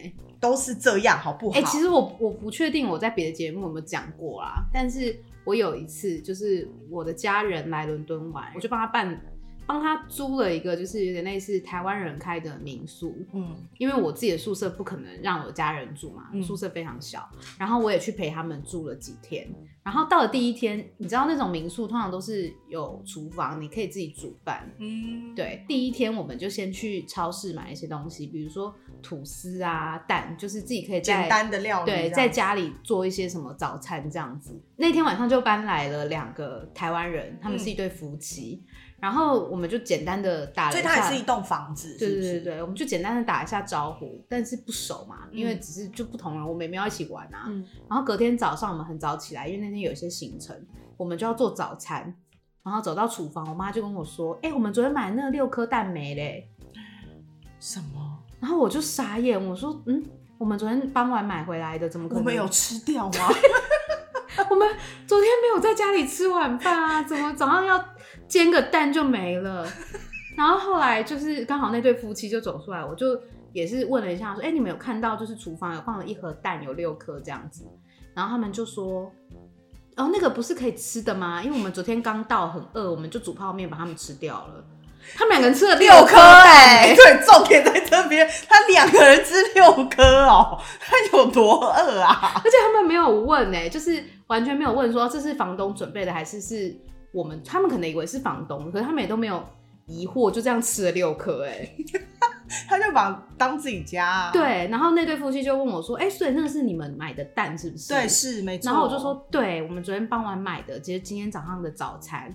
都是这样，好不好？
哎、其实我我不确定我在别的节目有没有讲过啦，但是我有一次就是我的家人来伦敦玩，我就帮他办，帮他租了一个就是有点类似台湾人开的民宿，
嗯
因为我自己的宿舍不可能让我家人住嘛，
嗯
宿舍非常小，然后我也去陪他们住了几天，然后到了第一天，你知道那种民宿通常都是有厨房，你可以自己煮饭，
嗯，
对，第一天我们就先去超市买一些东西，比如说吐司啊、蛋，就是自己可以在
简单的料理这样
对
子，
在家里做一些什么早餐这样子。那天晚上就搬来了两个台湾人，他
嗯
们是一对夫妻，然后我们就简单的打了
所
一
以它
下
也是一。栋房子，
对
是
对
不
对
是
对，我们就简单的打一下招呼，但是不熟嘛，因为
嗯
只是就不同人，我们也没有一起玩啊。
嗯
然后隔天早上我们很早起来，因为那天有一些行程，我们就要做早餐。然后走到厨房，我妈就跟我说：“哎、我们昨天买的那六颗蛋没嘞。
什么？”
然后我就傻眼，我说：“嗯，我们昨天傍晚买回来的，怎么可
我
能？
们有吃掉吗？
我们昨天没有在家里吃晚饭啊，怎么早上要煎个蛋就没了？然后后来就是刚好那对夫妻就走出来，我就也是问了一下，说：“哎、你们有看到就是厨房有放了一盒蛋，有六颗这样子？”然后他们就说：“哦，那个不是可以吃的吗？因为我们昨天刚到，很饿，我们就煮泡面把它们吃掉了。”他们两个人吃了
六颗
颗蛋
哎、对，重点在这边，他两个人吃六颗哦， 他有多饿啊？
而且他们没有问哎、就是完全没有问说这是房东准备的还是是我们，他们可能以为是房东，可是他们也都没有疑惑，就这样吃了六颗哎、
他就把当自己家、啊，
对，然后那对夫妻就问我说，哎、所以那个是你们买的蛋是不是？
对是没错。
然后我就说，对，我们昨天傍晚买的，其实今天早上的早餐。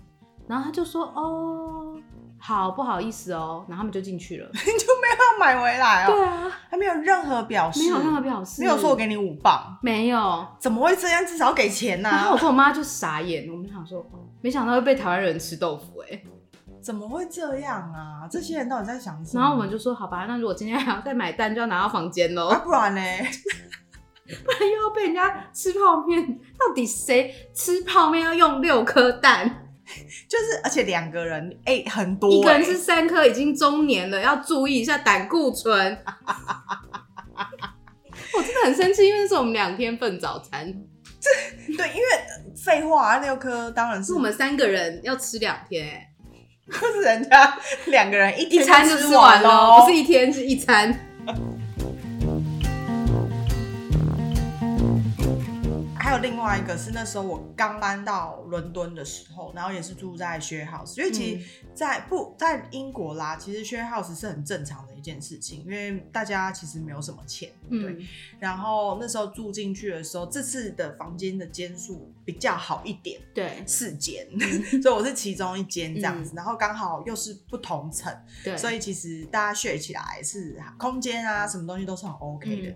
然后他就说，哦，好，不好意思哦。然后他们就进去了。
你 就没有要买回来哦，
对啊，
他没有任何表示，
没有任何表示，
没有说我给你五磅，
没有。
怎么会这样？至少给钱啊呐、
然后我跟我妈就傻眼，我们想说，没想到会被台湾人吃豆腐哎、
怎么会这样啊？这些人到底在想什么？
然后我们就说，好吧，那如果今天还要再买蛋，就要拿到房间喽，
啊，不然呢？
不然 又要被人家吃泡面。到底谁吃泡面要用六颗蛋？
就是而且两个人，哎、很多、
一个人
哎
吃三颗，已经中年了，要注意一下胆固醇。 我真的很生气，因为那是我们两天份早餐，
对，因为废话、啊，六颗当然是
是我们三个人要吃两天、欸，
就是人家两个人一
一
天
餐就
吃
吃完
喽，
了，不是一天，是一 餐。
还有另外一个是那时候我刚搬到伦敦的时候，然后也是住在 share house，因为其实在、不在英国啦，其实 share house 是很正常的一件事情，因为大家其实没有什么钱，对。
嗯，
然后那时候住进去的时候，这次的房间的间数比较好一点，
对
四间， 所以我是其中一间这样子，然后刚好又是不同层，
对，
所以其实大家 share 起来是空间啊，什么东西都是很 OK 的。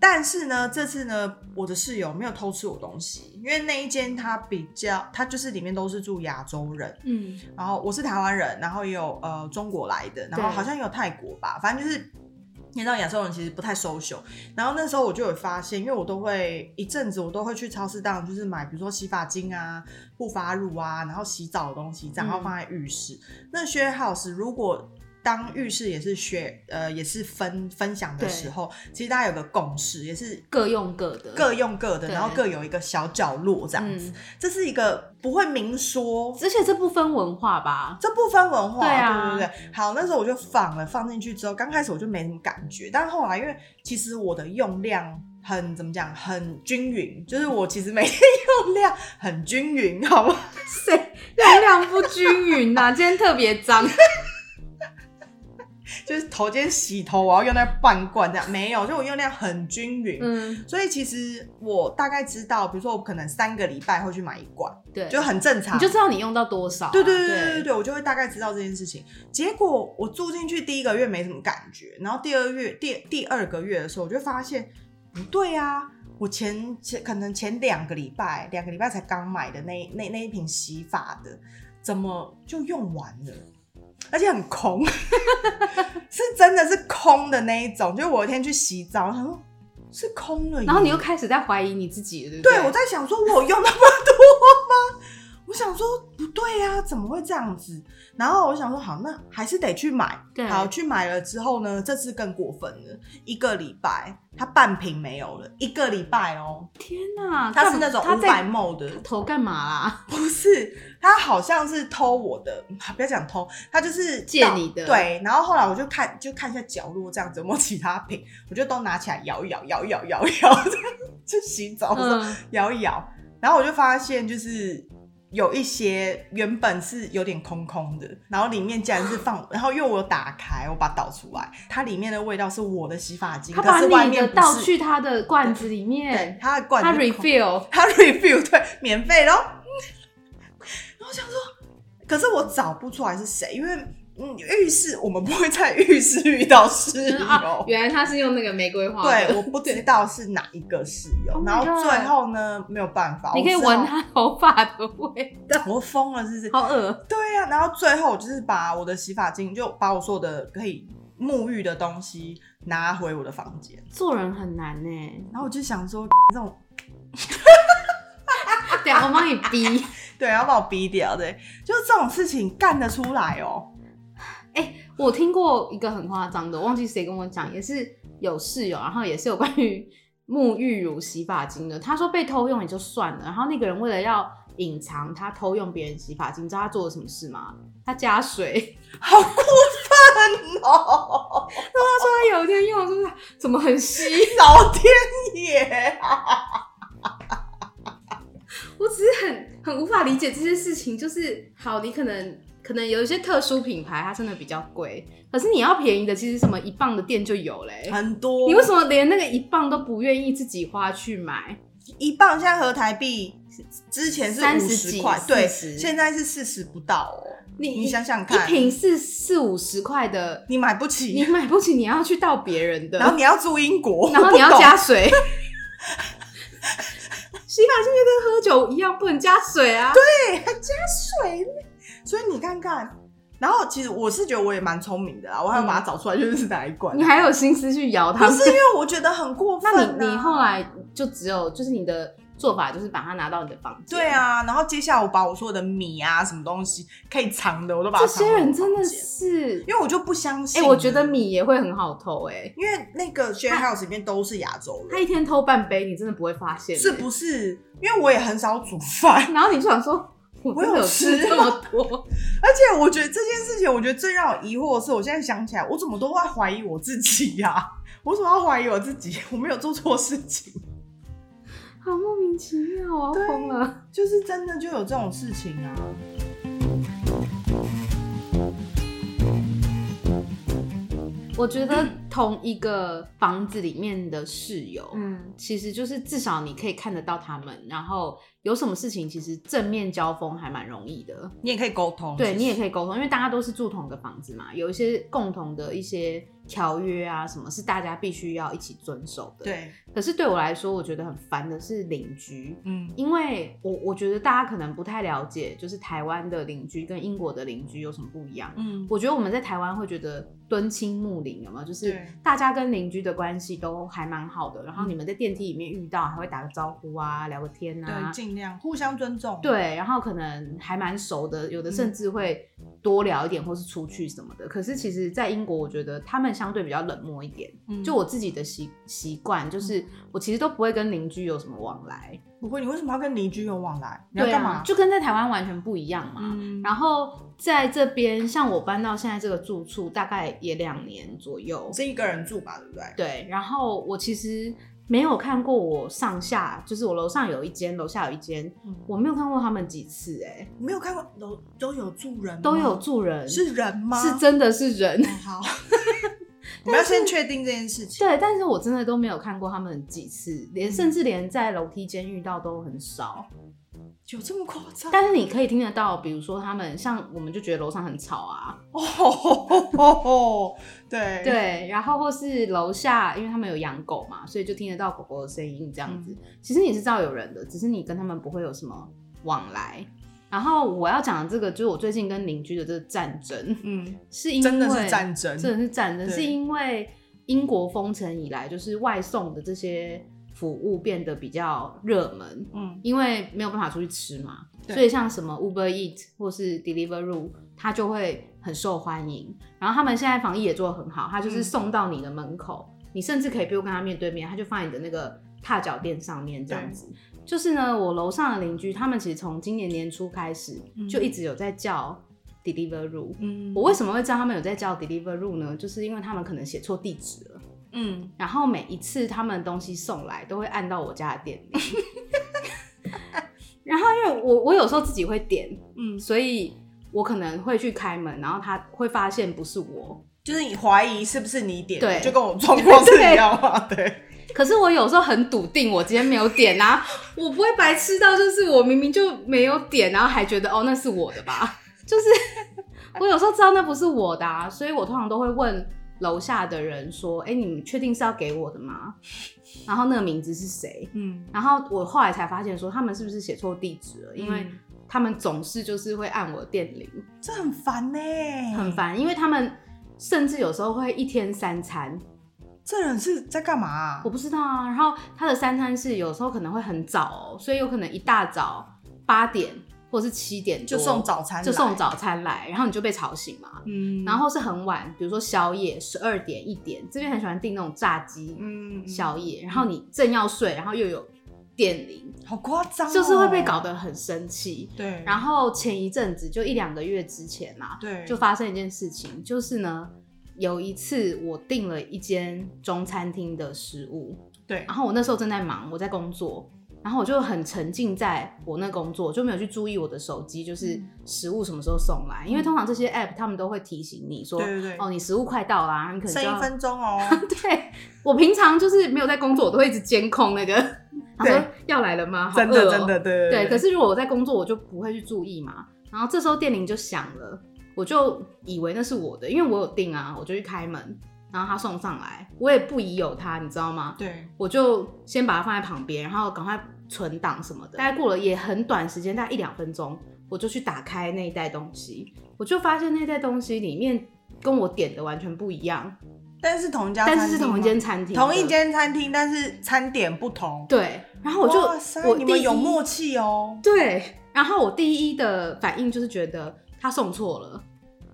但是呢，这次呢，我的室友没有偷吃我东西，因为那一间它比较，它就是里面都是住亚洲人，
嗯
然后我是台湾人，然后也有呃中国来的，然后
对
好像也有泰国吧，反正就是。你知道亚洲人其实不太 social，然后那时候我就有发现，因为我都会一阵子我都会去超市档，就是买比如说洗发精啊、护发乳啊，然后洗澡的东西，然后
嗯
放在浴室。那 share house 如果当浴室也是 share 呃也是分分享的
对
时候，其实大家有个共识，也是
各用各的，
各用各的，
对
然后各有一个小角落这样子。
嗯
这是一个不会明说，
而且这不分文化吧？
这不分文化，
对啊
对对对。好，那时候我就放了，放进去之后，刚开始我就没什么感觉，但后来因为其实我的用量很怎么讲，很均匀，就是我其实每天用量很均匀，好吗？
谁用量不均匀呐、今天特别 脏，
就是头今天洗头，我要用那半罐这样，没有，就我用量很均匀。
嗯，
所以其实我大概知道，比如说我可能三个礼拜会去买一罐，
对，
就很正常。
你就知道你用到多少啊、
对对对对对对，我就会大概知道这件事情。结果我住进去第一个月没什么感觉，然后第二月第第二个月的时候，我就发现不对啊，我前前可能前两个礼拜两个礼拜才刚买的那那那一瓶洗发的，怎么就用完了？而且很空， 是真的是空的那一种。就我有一天去洗澡，他说是空了耶，
然后你又开始在怀疑你自己了，对不
对，我在想说，我有用那么多吗？ 我想说不对呀、怎么会这样子？然后我想说，好，那还是得去买。
对
好，去买了之后呢，这次更过分了，一个礼拜它半瓶没有了，一个礼拜哦，
天哪、
它是那种
他
五百
在
毛的，
头干嘛啊啦？
不是，他好像是偷我的，不要讲偷，他就是
借
到
你的
对，然后后来我就看，就看一下角落这样子有没有其他瓶，我就都拿起来摇一摇，摇一摇，摇一摇， 这样就洗澡的时候
嗯，
摇一摇，然后我就发现就是有一些原本是有点空空的，然后里面竟然是 放，然后因为我有打开，我把它倒出来，它里面的味道是我的洗发精，
他
可
把
是外
你
面
的
不
倒
是，
去他的罐子里
对
面，，
它的罐
他
子是空
refill，
它 review 对免费咯。然后我想说，可是我找不出来是谁，因为嗯，浴室我们不会在浴室遇到室
就是啊
友，，
原来他是用那个玫瑰花，
哦对，，我不知道是哪一个室友
Oh，my
然后
Oh God
最后呢没有办法，
你可以
我只好
闻他头发的味，
我疯了，是不是？
好恶，
对啊呀、然后最后我就是把我的洗发精，就把我所有的可以沐浴的东西拿回我的房间。
做人很难呢、欸
然后我就想说， 这种
对，我帮你逼。
对，要把我逼掉，对，就是这种事情干得出来哦。
我听过一个很夸张的，我忘记谁跟我讲，也是有室友，然后也是有关于沐浴乳、洗发精的。他说被偷用也就算了，然后那个人为了要隐藏他偷用别人洗发精，你知道他做了什么事吗？他加水。
好过分哦！
他说他有一天用，就是怎么很稀？
老天爷，
我只是很很无法理解这些事情，就是好，你可能可能有一些特殊品牌，它真的比较贵，可是你要便宜的，其实什么一磅的店就有嘞、
很多
你为什么连那个一磅都不愿意自己花去买？
一磅现在合台币之前是
三
五
十几
块，对，
40
现在是四十不到哦。
你
你想想看
一，瓶是四五十块的，
你买不起，
你买不起，你要去倒别人的，
然后你要住英国，
然后
我
你要
不懂
加水。洗发精就跟喝酒一样，不能加水啊！对，
对，哎还加水呢所以你看看，然后其实我是觉得我也蛮聪明的啦，我还要把它找出来，就是哪一罐。
嗯你还有心思去摇它
不
们？
是因为我觉得很过分、
那
啊。
你你后来就只有就是你的做法就是把它拿到你的房间。
对，啊，然后接下来我把我所有的米啊什么东西可以藏的，我都把它
这
藏
些
到我
人
房
真的
间
是，
因为我就不相
哎、
信。
我觉得，米也会很好偷哎、
因为那个 share house 里面都是亚洲
他
人，
一天偷半杯，你真的不会发现、欸，
是不是？因为我也很少煮饭，
然后你就想说，我
我
真的
有
吃
吃
这么多，
而且我觉得这件事情，我觉得最让我疑惑的是，我现在想起来，我怎么都会怀疑我自己呀、 我怎么要怀疑我自己？ 我没有做错事情。
好莫名其妙，我要疯了。
就是真的就有这种事情啊。
我觉得同一个房子里面的室友，
嗯，
其实就是至少你可以看得到他们，然后有什么事情，其实正面交锋还蛮容易的。
你也可以沟通，
对你也
以。
可以沟通，因为大家都是住同一个房子嘛，有一些共同的一些条约啊，什么是大家必须要一起遵守的。。
对，
可是对我来说，我觉得很烦的是邻居，
嗯，
因为我我觉得大家可能不太了解，就是台湾的邻居跟英国的邻居有什么不一样。
嗯，
我觉得我们在台湾会觉得敦亲睦邻，有没有？就是
对
大家跟邻居的关系都还蛮好的，然后你们在电梯里面遇到还会打个招呼啊，聊个天啊，
对，尽量互相尊重。，
对，然后可能还蛮熟的，有的甚
嗯
至会多聊一点，或是出去什么的。可是其实，在英国，我觉得他们相对比较冷漠一点。
嗯
就我自己的习习惯，就是我其实都不会跟邻居有什么往来，
不会，你为什么要跟邻居有往来？你要
对
干
啊
嘛，？
就跟在台湾完全不一样嘛。
嗯，
然后在这边，像我搬到现在这个住处，大概也两年左右。
是一个人住吧，对不对？
对，然后我其实没有看过我上下，就是我楼上有一间，楼下有一间，
嗯
我没有看过他们几次、哎，
我没有看过都都有住人吗，
都有住人，
嗯是人吗？
是真的是 人。
哦好，我们要先确定这件事情。
对，但是我真的都没有看过他们几次，连
嗯
甚至连在楼梯间遇到都很少。
有这么夸张？
但是你可以听得到，比如说他们像我们就觉得楼上很吵啊，
哦，对，
对，然后或是楼下，因为他们有养狗嘛，所以就听得到狗狗的声音这样
嗯
子。其实你是知道有人的，只是你跟他们不会有什么往来。然后我要讲的这个就是我最近跟邻居的这个战争，
嗯，
是因为
真的是战争
真的是战争，
对
是因为英国封城以来，就是外送的这些服务变得比较热门，
嗯，
因为没有办法出去吃嘛，
对
所以像什么 Uber Eat 或是 Deliveroo，它就会很受欢迎。然后他们现在防疫也做得很好，它就是
嗯
送到你的门口，你甚至可以不用跟他面对面，他就放你的那个踏脚垫上面这样
对
子。就是呢，我楼上的邻居，他们其实从今年年初开始
嗯
就一直有在叫 Deliveroo，、
嗯
我为什么会知道他们有在叫 Deliveroo 呢？就是因为他们可能写错地址了，
嗯，
然后每一次他们东西送来都会按到我家的店名。 然后因为我我有时候自己会点，
嗯，
所以我可能会去开门，然后他会发现不是我。
就是你怀疑是不是你点的，
对
就跟我们状况是一样嘛， 对，
可是我有时候很笃定，我今天没有点啊，我不会白痴到就是我明明就没有点，然后还觉得哦那是我的吧，就是 我有时候知道那不是我的、啊，所以我通常都会问楼下的人说，哎、你们确定是要给我的吗？然后那个名字是谁？
嗯，
然后我后来才发现说他们是不是写错地址了，因为
嗯
他们总是就是会按我的电铃，
这很烦呢、
很，
嗯
烦，因为他们甚至有时候会一天三餐，
这人是在干嘛啊、
我不知道啊。然后他的三餐是有时候可能会很早、哦，所以有可能一大早八点或是七点多
就送早餐，
就送，早餐来，然后你就被吵醒嘛。
嗯，
然后是很晚，比如说宵夜十二点一点，这边很喜欢订那种炸鸡
嗯，嗯
宵夜，然后你正要睡，然后又有点零，
好夸张、哦，
就是会被搞得很生气。
对，
然后前一阵子就一两个月之前嘛，
对，
就发生一件事情，就是呢，有一次我订了一间中餐厅的食物，
对
然后我那时候正在忙，我在工作，然后我就很沉浸在我那工作，就没有去注意我的手机，就是
嗯
食物什么时候送来，因为通常这些 app 他们都会提醒你说，
对对对
哦，你食物快到啦、你可能就
剩
要
一 分钟哦，
对我平常就是没有在工作，我都会一直监 控那个，他说
对
要来了吗？好
真的
饿哦
真的，对
对，
对。
可是如果我在工作，我就不会去注意嘛。然后这时候电铃就响了，我就以为那是我的，因为我有订啊，我就去开门，然后他送上来，我也不疑有他，你知道吗？
对
我就先把它放在旁边，然后赶快存档什么的。大概过了也很短时间，大概一两分钟，我就去打开那一袋东西，我就发现那袋东西里面跟我点的完全不一样，
但是同一家餐
但
厅吗，
是是同一间餐厅的，
同一间餐厅，但是餐点不同。
对。然后我就
哇塞
我
你
第
们
一
有默契哦。
对，然后我第一的反应就是觉得他送错了，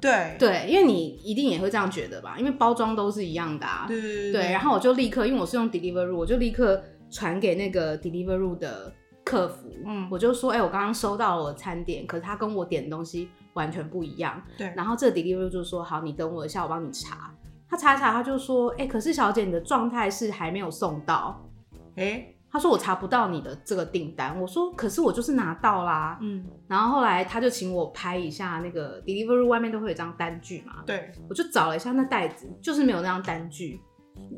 对
对，因为你一定也会这样觉得吧，因为包装都是一样的、啊，
对对
对。然后我就立刻，因为我是用 Deliveroo，我就立刻传给那个 Deliveroo 的客服，
嗯
我就说，哎、我刚刚收到我的餐点，可是他跟我点的东西完全不一样。
对
然后这个 Deliveroo 就说，好，你等我一下，我帮你查。他查一查，他就说，哎、可是小姐，你的状态是还没有送到。
哎
他说我查不到你的这个订单，我说可是我就是拿到啦，
嗯
然后后来他就请我拍一下那个 Deliveroo 外面都会有一张单据嘛，
对，
我就找了一下那袋子，就是没有那张单据。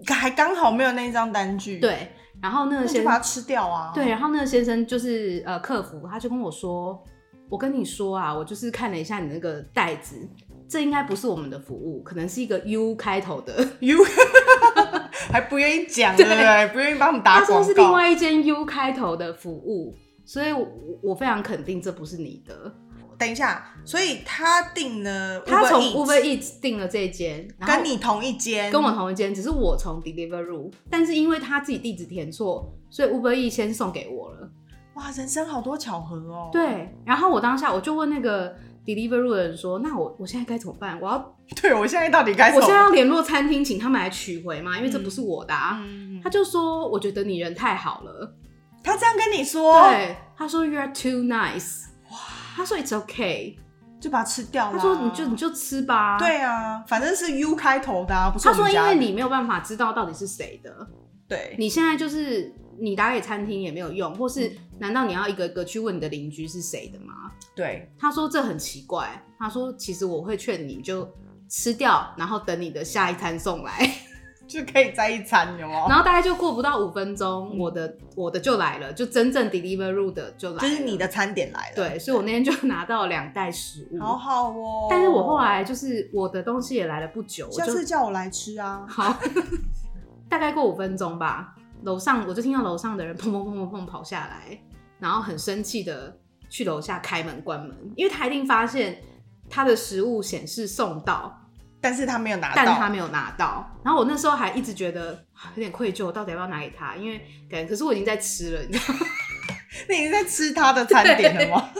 还刚好没有那一张单据，，
对，然后那个
嗯那
先
就把它吃掉啊。
对，然后那个先生就是呃客服，他就跟我说，我跟你说啊，我就是看了一下你那个袋子，这应该不是我们的服务，可能是一个 U 开头的。
，you 还不愿意讲，对不对？不愿意帮我们打
他
广告。
说是另外一间 U 开头的服务，所以我我非常肯定这不是你的。
等一下，所以他订了 Uber
他从
Eats，
Uber Eats 订了这间，然后
跟你同一间，
跟我同一间，只是我从 Deliveroo，但是因为他自己地址填错，所以 Uber E 先送给我了。
哇，人生好多巧合哦。，
对，然后我当下我就问那个 Deliveroo 的人说：“那我我现在该怎么办？我要
对我现在到底该
我
怎
现
么
在要联络餐厅，请他们来取回吗？因为这不是我的啊。
嗯，
他就说：“我觉得你人太好了。
他这样跟你说，
对，他说：“You are too nice。”他说：“It's okay。
就把它吃掉”啦。
他说：“你就你就吃吧。”。
对啊，反正是 U 开头的、啊，不是
他
我
说：“
们
因
家的。
为你没有办法知道到底是谁的，
对
你现在就是你打给餐厅也没有用，或是难道你要一个一个去问你的邻居是谁的吗？
对
他说这很奇怪，他说其实我会劝你就吃掉，然后等你的下一餐送来，
就可以在一餐，有没有？
然后大概就过不到五分
嗯
钟，我的我的就来了，就真正 deliveroo 的就来了，
就是你的餐点来了。，
对，所以我那天就拿到两袋食物，
好好哦。
但是我后来就是我的东西也来了不久，我
下
就
次叫我来吃啊。
好，大概过五分钟吧，楼上我就听到楼上的人砰 砰砰砰砰跑下来，然后很生气的去楼下开门关门，因为他一定发现他的食物显示送到，
但是他没有拿到，
但他没有拿到。然后我那时候还一直觉得 啊有点愧疚，到底要不要拿给他？因为感觉可是我已经在吃了，你知道吗。
那你是在吃他的餐点了吗？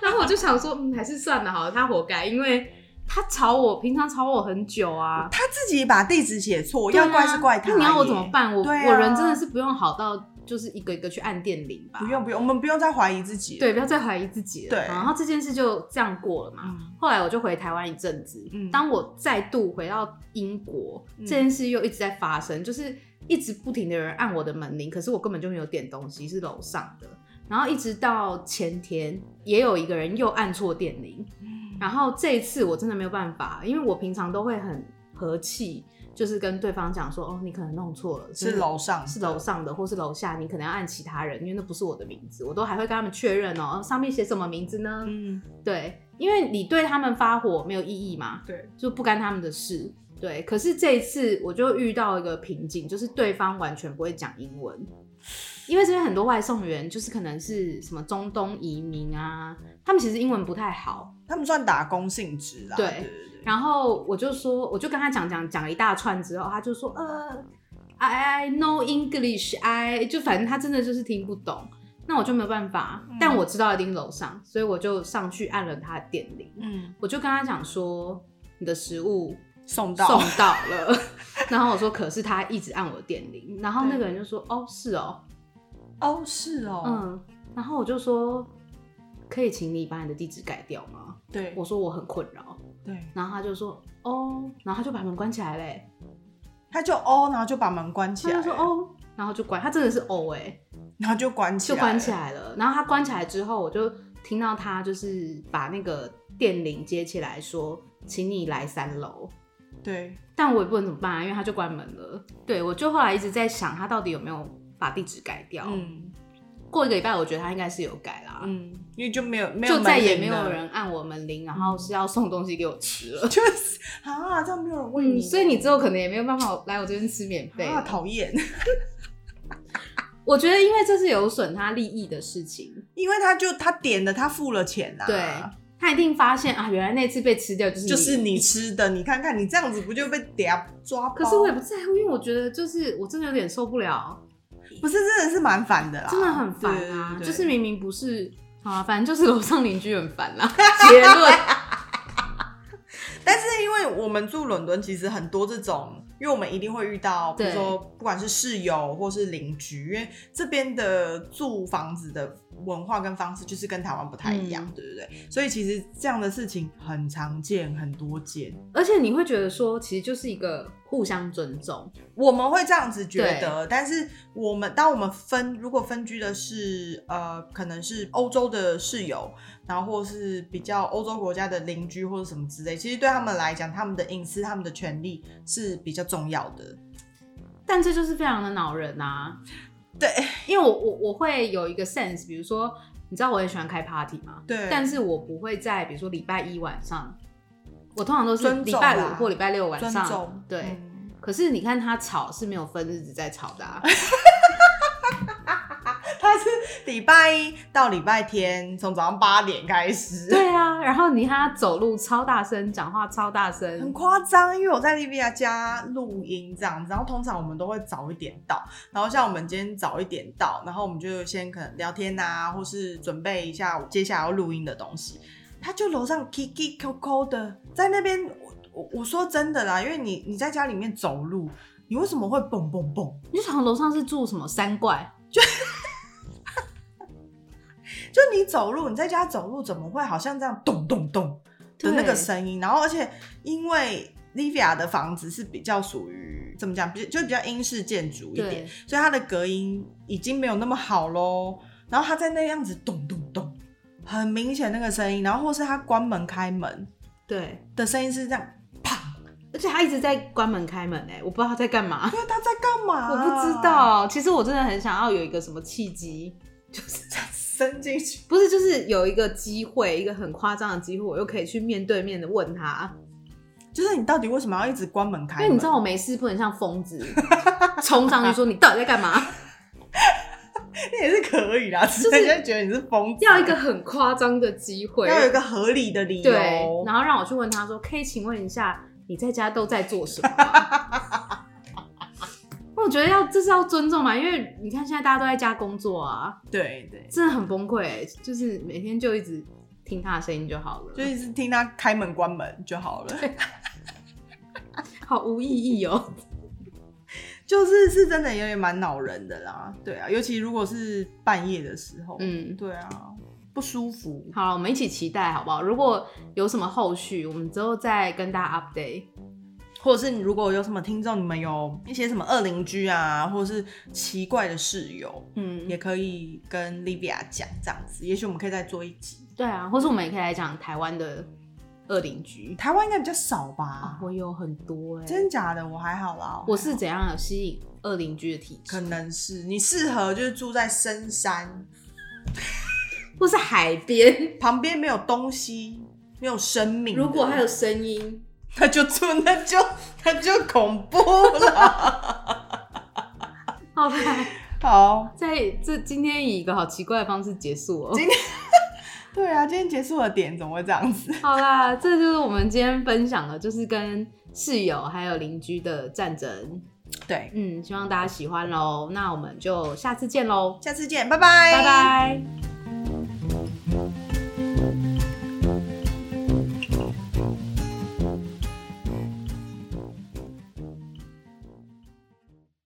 然后我就想说，嗯，还是算了好了，他活该，因为他吵我，平常吵我很久啊。
他自己把地址写错，
对啊
要怪是怪他。
那你要我怎么？办？我、
对啊
我人真的是不用好到就是一个一个去按电铃吧。
不用不用，我们不用再怀疑自己。，
对，不要再怀疑自己了。
对
然后这件事就这样过了嘛。
嗯
后来我就回台湾一阵子，
嗯
当我再度回到英国，
嗯
这件事又一直在发生，就是一直不停的有人按我的门铃，可是我根本就没有点东西，是楼上的。然后一直到前天，也有一个人又按错电铃，
嗯
然后这一次我真的没有办法，因为我平常都会很和气，就是跟对方讲说，哦，你可能弄错了，
是
真的
楼上，
是楼上的或是楼下，你可能要按其他人，因为那不是我的名字，我都还会跟他们确认哦、上面写什么名字呢？
嗯，
对，因为你对他们发火没有意义嘛，
对，
就不干他们的事。对，可是这一次我就遇到一个瓶颈，就是对方完全不会讲英文，因为这边很多外送员就是可能是什么中东移民啊，他们其实英文不太好，
他们算打工性质啦。
对
对对对，
然后我就说，我就跟他讲讲讲了一大串之后，他就说，呃，I I know English, I 就反正他真的就是听不懂，那我就没有办法，
嗯
但我知道一定楼上，所以我就上去按了他的电铃，
嗯，
我就跟他讲说，你的食物
送到
送到 了，然后我说，可是他一直按我的电铃，然后那个人就说，哦，是哦。
哦，是哦，
嗯，然后我就说，可以请你把你的地址改掉吗？
对
我说我很困扰，
对，
然后他就说哦，然后他就把门关起来嘞、
他就哦，然后就把门关起
他
来，
就说，哦，然后就关，他真的是哦哎、
然后就关起
就
来，
关起，来了。然后他关起来之后，我就听到他就是把那个电铃接起来说，请你来三楼。
对，
但我也不能怎么办、啊，因为他就关门了。对我就后来一直在想，他到底有没有把地址改掉？
嗯
过一个礼拜，我觉得他应该是有改啦。
嗯，因为就没有没有
啊就再也
门
没
铃
有
了，
人按我门铃，然后是要送东西给我吃了。
就是 啊，这样没有人问
嗯，
你，
所以你之后可能也没有办法来我这边吃免费。
啊讨厌，
我觉得因为这是有损他利益的事情，
因为他就他点的，他付了钱啦、
对他一定发现啊，原来那次被吃掉就是
啊就是你吃的，你看看你这样子不就被等下抓包？
可是我也不在乎，因为我觉得就是我真的有点受不了，
不是真的是蛮烦的啦，
真的很烦
对
啊！
哦对对
就是明明不是啊，反正就是楼上邻居很 烦啦。结论
但是因为我们住伦敦，其实很多这种，因为我们一定会遇到，比
对
如说不管是室友或是邻居，因为这边的住房子的文化跟方式就是跟台湾不太一样，
嗯
对不对？所以其实这样的事情很常见，很多见。
而且你会觉得说，其实就是一个互相尊重，
我们会这样子觉得，但是我们当我们分如果分居的是呃，可能是欧洲的室友，然后或是比较欧洲国家的邻居或者什么之类，其实对他们来讲，他们的隐私、他们的权利是比较重要的。
但这就是非常的恼人啊！
对，
因为我我我会有一个 sense，比如说你知道我很喜欢开 party 嘛，
对，
但是我不会在比如说礼拜一晚上，我通常都是
尊
礼
重
拜五
啦
或礼拜六晚
尊
上
重，
对。
嗯
可是你看他吵是没有分日子在吵的、 啊，
他是礼拜一到礼拜天，从早上八点开始，，
对啊，然后你看他走路超大声，讲话超大
很
声，
夸张。因为我在利比亚家录音这样子，然后通常我们都会早一点到，然后像我们今天早一点到，然后我们就先可能聊天呐、或是准备一下接下来要录音的东西。他就楼上 kiki q q 的，在那边，我我我说真的啦，因为你你在家里面走路，你为什么会蹦蹦蹦？
你就想楼上是住什么三怪？
就你走路，你在家走路怎么会好像这样咚咚咚的那
对
个声音？然后而且因为 Livia 的房子是比较属于怎么讲，比就比较英式建筑一点，
对，
所以它的隔音已经没有那么好喽。然后它在那样子咚咚咚，很明显那个声音，然后或是它关门开门
对，
的声音是这样，
而且他一直在关门开门哎、我不知道他在干嘛，
对，他在干嘛？
我不知，道。其实我真的很想要有一个什么契机，
伸进去。
不是就是有一个机会，一个很夸张的机会，我又可以去面对面的问他，
就是你到底为什么要一直关门开门？
因为你知道我没事不能像疯子冲上去说你到底在干嘛，
那也是可以啦，只是人家觉得你是疯子，
要一个很夸张的机会，
要有一个合理的理由。
对，然后让我去问他说：“可以请问一下，你在家都在做什么吗？” 我觉得要这是要尊重嘛，因为你看现在大家都在家工作啊，
对对，
真的很崩溃、欸就是每天就一直听他的声音就好了，
就一直听他开门关门就好了。
好无意义 哦。
就是是真的有点蛮恼人的啦，对啊，尤其如果是半夜的时候，
嗯，
对啊，不舒服。
好了，我们一起期待好不好？如果有什么后续，我们之后再跟大家 update。
或者是你如果有什么听众，你们有一些什么恶邻居啊，或者是奇怪的室友，
嗯，
也可以跟 Livia 讲这样子，也许我们可以再做一集。
对啊，或是我们也可以来讲台湾的恶邻居。
台湾应该比较少吧
啊，？我有很多哎、
真假的？我还好啦，
我是怎样有吸引恶邻居的体质？
可能是你适合就是住在深山
或是海边，
旁边没有东西，没有生命的。
如果还有声音，
他就做， 那就那就恐怖了。
好吧，
好，
在这今天以一个好奇怪的方式结束哦。
对啊，今天结束的点怎么会这样子？
好啦，这就是我们今天分享的，就是跟室友还有邻居的战争。
对，
嗯，希望大家喜欢喽。那我们就下次见喽，
下次见，拜拜，
拜拜。